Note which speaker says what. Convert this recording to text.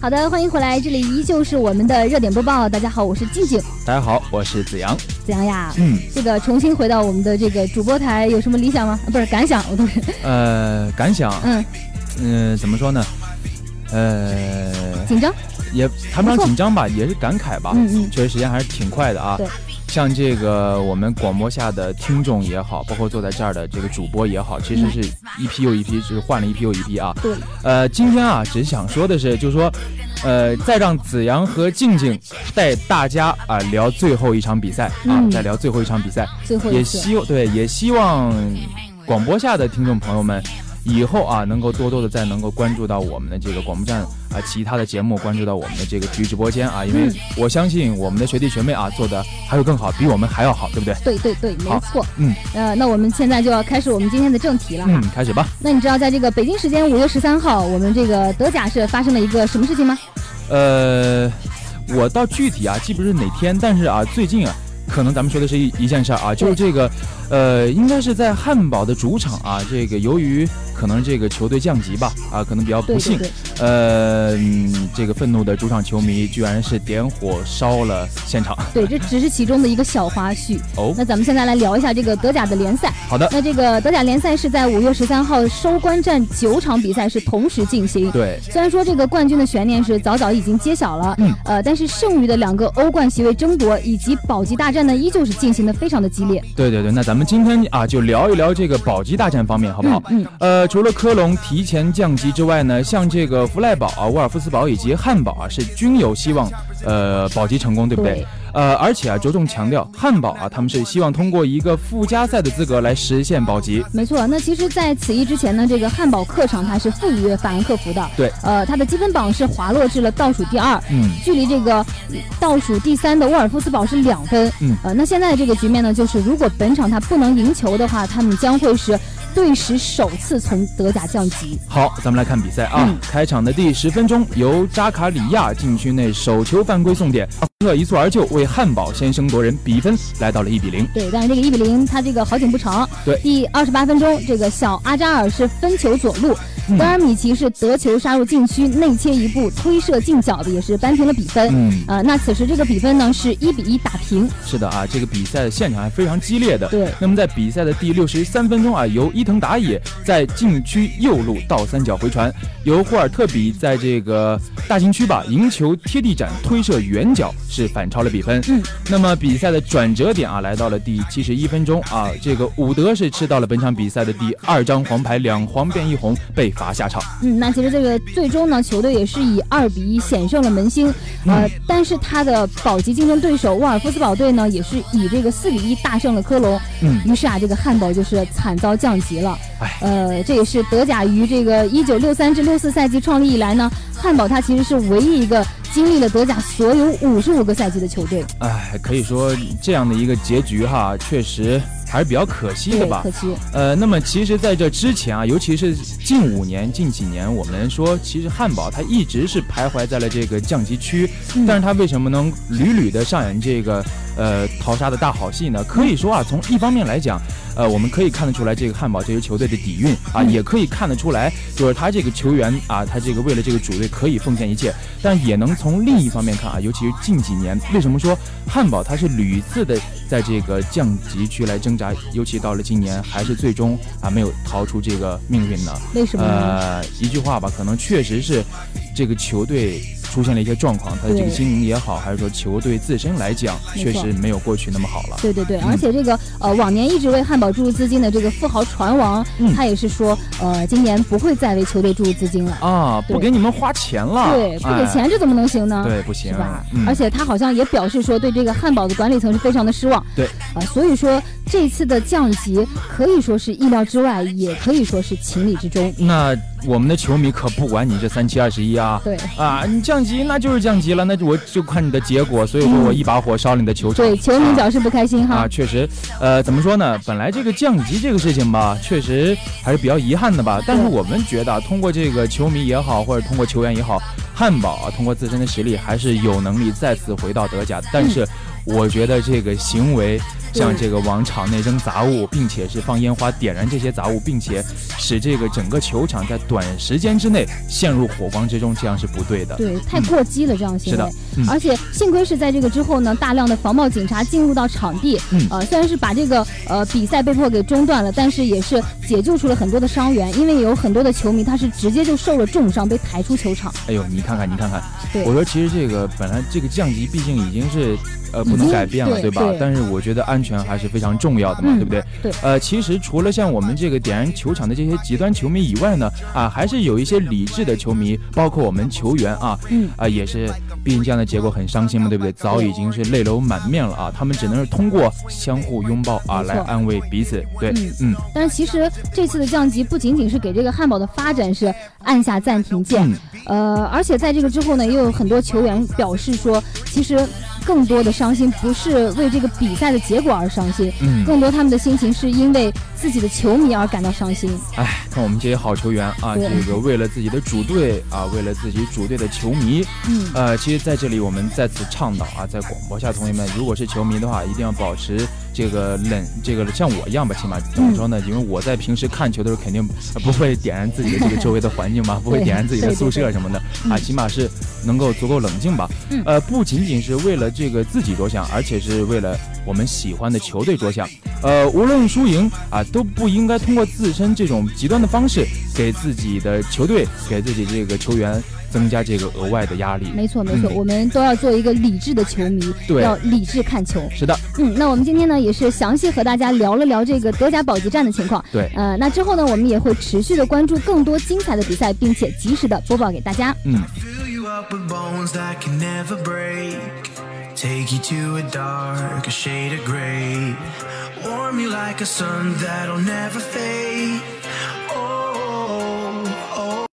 Speaker 1: 好的，欢迎回来，这里依旧是我们的热点播报。大家好，我是静静。
Speaker 2: 大家好，我是子阳。
Speaker 1: 子阳呀，
Speaker 2: 嗯，
Speaker 1: 这个重新回到我们的这个主播台，有什么理想吗？啊不是感想，我都是
Speaker 2: 呃，感想，
Speaker 1: 嗯
Speaker 2: 嗯、怎么说呢？呃，
Speaker 1: 紧张。
Speaker 2: 也谈不
Speaker 1: 不
Speaker 2: 上
Speaker 1: 错
Speaker 2: 紧张吧，也是感慨吧。
Speaker 1: 嗯嗯
Speaker 2: 确实时间还是挺快的啊
Speaker 1: 对。
Speaker 2: 像这个我们广播下的听众也好，包括坐在这儿的这个主播也好，其实
Speaker 1: 嗯
Speaker 2: 是一批又一批，就是换了一批又一批啊。
Speaker 1: 对，
Speaker 2: 呃，今天啊，只想说的是，就是说，呃，再让子阳和静静带大家啊、聊最后一场比赛啊，
Speaker 1: 嗯
Speaker 2: 再聊最后一场比赛，
Speaker 1: 最后一
Speaker 2: 也
Speaker 1: 次
Speaker 2: 希对也希望广播下的听众朋友们。以后啊，能够多多的再能够关注到我们的这个广播站啊，其他的节目关注到我们的这个体育直播间啊，因为
Speaker 1: 嗯
Speaker 2: 我相信我们的学弟学妹啊做的还会更好，比我们还要好，对不对？
Speaker 1: 对对对，没
Speaker 2: 好
Speaker 1: 错。
Speaker 2: 嗯
Speaker 1: 呃，那我们现在就要开始我们今天的正题了哈。
Speaker 2: 嗯，开始吧。
Speaker 1: 那你知道在这个北京时间五月十三号，我们这个德甲是发生了一个什么事情吗？
Speaker 2: 呃，我到具体啊记不是哪天，但是啊最近啊，可能咱们说的是一一件事儿啊，就是这个，呃，应该是在汉堡的主场啊，这个由于可能这个球队降级吧，啊，可能比较
Speaker 1: 对对
Speaker 2: 不幸，
Speaker 1: 对，
Speaker 2: 呃、嗯这个愤怒的主场球迷居然是点火烧了现场。
Speaker 1: 对，这只是其中的一个小花絮。
Speaker 2: 哦，
Speaker 1: 那咱们现在来聊一下这个德甲的联赛。
Speaker 2: 好的，
Speaker 1: 那这个德甲联赛是在五月十三号收官战九场比赛是同时进行。
Speaker 2: 对，
Speaker 1: 虽然说这个冠军的悬念是早早已经揭晓了，
Speaker 2: 嗯
Speaker 1: 呃，但是剩余的两个欧冠席位争夺以及保级大战呢，依旧是进行的非常的激烈。
Speaker 2: 对对对，那咱们今天啊就聊一聊这个保级大战方面，好不好？
Speaker 1: 嗯
Speaker 2: 呃，除了科隆提前降级之外呢，像这个弗赖堡啊、沃尔夫斯堡以及汉堡啊，是均有希望呃保级成功，对不对？
Speaker 1: 对
Speaker 2: 呃，而且啊，着重强调汉堡啊，他们是希望通过一个附加赛的资格来实现保级。
Speaker 1: 没错，那其实，在此役之前呢，这个汉堡客场它是负于法兰克福的，
Speaker 2: 对，
Speaker 1: 呃，它的积分榜是滑落至了倒数第二，
Speaker 2: 嗯，
Speaker 1: 距离这个倒数第三的沃尔夫斯堡是两分，
Speaker 2: 嗯
Speaker 1: 呃，那现在的这个局面呢，就是如果本场他不能赢球的话，他们将会是队史首次从德甲降级。
Speaker 2: 好，咱们来看比赛啊。
Speaker 1: 嗯
Speaker 2: 开场的第十分钟，由扎卡里亚禁区内手球犯规送点，阿弗特一蹴而就，为汉堡先声夺人，比分来到了一比零。
Speaker 1: 对，但是这个一比零，他这个好景不长。
Speaker 2: 对
Speaker 1: 第二十八分钟，这个小阿扎尔是分球左路，
Speaker 2: 嗯
Speaker 1: 德尔米奇是得球杀入禁区，内切一步推射进角，也是扳平了比分。
Speaker 2: 嗯
Speaker 1: 呃，那此时这个比分呢是一比一打平。
Speaker 2: 是的啊，这个比赛现场还非常激烈的。
Speaker 1: 对
Speaker 2: 那么在比赛的第六十三分钟啊，由伊藤达也在禁区右路倒三角回传，由霍尔特比在这个大禁区吧迎球贴地斩推射远角，是反超了比分。
Speaker 1: 嗯，
Speaker 2: 那么比赛的转折点啊，来到了第七十一分钟啊，这个伍德是吃到了本场比赛的第二张黄牌，两黄变一红，被罚下场。
Speaker 1: 嗯，那其实这个最终呢，球队也是以二比一险胜了门兴。
Speaker 2: 嗯
Speaker 1: 呃，但是他的保级竞争对手沃尔夫斯堡队呢，也是以这个四比一大胜了科隆。
Speaker 2: 嗯，哎
Speaker 1: 于是啊，这个汉堡就是惨遭降级了
Speaker 2: 唉。
Speaker 1: 呃，这也是德甲于这个一九六三至六四赛季创立以来呢，汉堡它其实是唯一一个经历了德甲所有五十五个赛季的球队。
Speaker 2: 哎，可以说这样的一个结局哈，确实还是比较可惜的
Speaker 1: 对
Speaker 2: 吧，。
Speaker 1: 可惜。
Speaker 2: 呃，那么其实在这之前啊，尤其是近五年、近几年，我们说其实汉堡它一直是徘徊在了这个降级区，
Speaker 1: 嗯
Speaker 2: 但是它为什么能屡屡的上演这个呃淘沙的大好戏呢？可以说啊，从一方面来讲，呃，我们可以看得出来这个汉堡这支球队的底蕴啊，
Speaker 1: 嗯
Speaker 2: 也可以看得出来，就是他这个球员啊，他这个为了这个主队可以奉献一切，但也能从另一方面看啊，尤其是近几年，为什么说汉堡它是屡次的在这个降级区来挣扎，尤其到了今年，还是最终啊没有逃出这个命运呢？
Speaker 1: 为什么呢？
Speaker 2: 呃，一句话吧，可能确实是这个球队出现了一些状况，他的这个
Speaker 1: 对
Speaker 2: 经营也好，还是说球队自身来讲，
Speaker 1: 没
Speaker 2: 确
Speaker 1: 错
Speaker 2: 实没有过去那么好了。
Speaker 1: 对对对，
Speaker 2: 嗯
Speaker 1: 而且这个呃，往年一直为汉堡注入资金的这个富豪船王，
Speaker 2: 嗯
Speaker 1: 他也是说，呃，今年不会再为球队注入资金了。
Speaker 2: 啊，不
Speaker 1: 对
Speaker 2: 给你们花钱了，
Speaker 1: 对，不给
Speaker 2: 哎
Speaker 1: 钱这怎么能行呢？
Speaker 2: 对，不行
Speaker 1: 是吧，？
Speaker 2: 嗯
Speaker 1: 而且他好像也表示说，对这个汉堡的管理层是非常的失望。
Speaker 2: 对，
Speaker 1: 呃，所以说这次的降级可以说是意料之外，也可以说是情理之中。
Speaker 2: 那我们的球迷可不管你这三七二十一啊。
Speaker 1: 对。
Speaker 2: 啊，你降级那就是降级了，那就我就看你的结果。所以说我一把火烧了你的球场。
Speaker 1: 对，球迷
Speaker 2: 啊
Speaker 1: 表示不开心哈。
Speaker 2: 啊，确实，呃，怎么说呢？本来这个降级这个事情吧，确实还是比较遗憾的吧。但是
Speaker 1: 对
Speaker 2: 我们觉得，啊，通过这个球迷也好，或者通过球员也好，汉堡啊，通过自身的实力，还是有能力再次回到德甲。但是我觉得这个行为像这个往场内扔杂物，并且是放烟花点燃这些杂物，并且使这个整个球场在短时间之内陷入火光之中，这样是不对的。嗯
Speaker 1: 对，太过激了这样行
Speaker 2: 是
Speaker 1: 为
Speaker 2: 的。嗯
Speaker 1: 而且幸亏是在这个之后呢，大量的防暴警察进入到场地，
Speaker 2: 嗯
Speaker 1: 呃，虽然是把这个呃比赛被迫给中断了，但是也是解救出了很多的伤员，因为有很多的球迷他是直接就受了重伤，被抬出球场。
Speaker 2: 哎呦，你看看，你看看，
Speaker 1: 对
Speaker 2: 我说其实这个本来这个降级毕竟已经是呃不
Speaker 1: 已
Speaker 2: 能
Speaker 1: 经
Speaker 2: 改变了，
Speaker 1: 对
Speaker 2: 对吧
Speaker 1: 对？
Speaker 2: 但是我觉得安全还是非常重要的嘛，
Speaker 1: 嗯
Speaker 2: 对不对？
Speaker 1: 对。
Speaker 2: 呃，其实除了像我们这个点燃球场的这些极端球迷以外呢，啊，还是有一些理智的球迷，包括我们球员啊，
Speaker 1: 嗯
Speaker 2: 啊，也是，毕竟这样的结果很伤心嘛，对不对？早已经是泪流满面了啊，他们只能是通过相互拥抱
Speaker 1: 没错
Speaker 2: 啊来安慰彼此，对，嗯
Speaker 1: 但是其实这次的降级不仅仅是给这个汉堡的发展是按下暂停键，
Speaker 2: 嗯
Speaker 1: 呃，而且在这个之后呢，也有很多球员表示说，其实更多的伤心不是为这个比赛的结果而伤心，
Speaker 2: 嗯。
Speaker 1: 更多他们的心情是因为自己的球迷而感到伤心。
Speaker 2: 哎，看我们这些好球员啊，
Speaker 1: 对
Speaker 2: 这个为了自己的主队啊，为了自己主队的球迷，
Speaker 1: 嗯，
Speaker 2: 呃，其实在这里我们再次倡导啊，在广播下，同学们，如果是球迷的话，一定要保持这个冷，这个像我一样吧，起码怎么说呢？
Speaker 1: 嗯
Speaker 2: 因为我在平时看球的时候，肯定不会点燃自己的这个周围的环境嘛，不会点燃自己的宿舍什么的啊，
Speaker 1: 嗯
Speaker 2: 起码是能够足够冷静吧
Speaker 1: 嗯。
Speaker 2: 呃，不仅仅是为了这个自己着想，而且是为了我们喜欢的球队着想。呃，无论输赢啊，都不应该通过自身这种极端的方式，给自己的球队、给自己这个球员增加这个额外的压力。
Speaker 1: 没错没错，
Speaker 2: 嗯
Speaker 1: 我们都要做一个理智的球迷，
Speaker 2: 对
Speaker 1: 要理智看球。
Speaker 2: 是的，
Speaker 1: 嗯，那我们今天呢也是详细和大家聊了聊这个德甲保级战的情况。
Speaker 2: 对，
Speaker 1: 呃，那之后呢，我们也会持续的关注更多精彩的比赛，并且及时的播报给大家。
Speaker 2: 嗯，
Speaker 3: Fill you up with bones that can never break. Take you to a dark, a shade of gray. Warm you like a sun that'll never fade. Oh,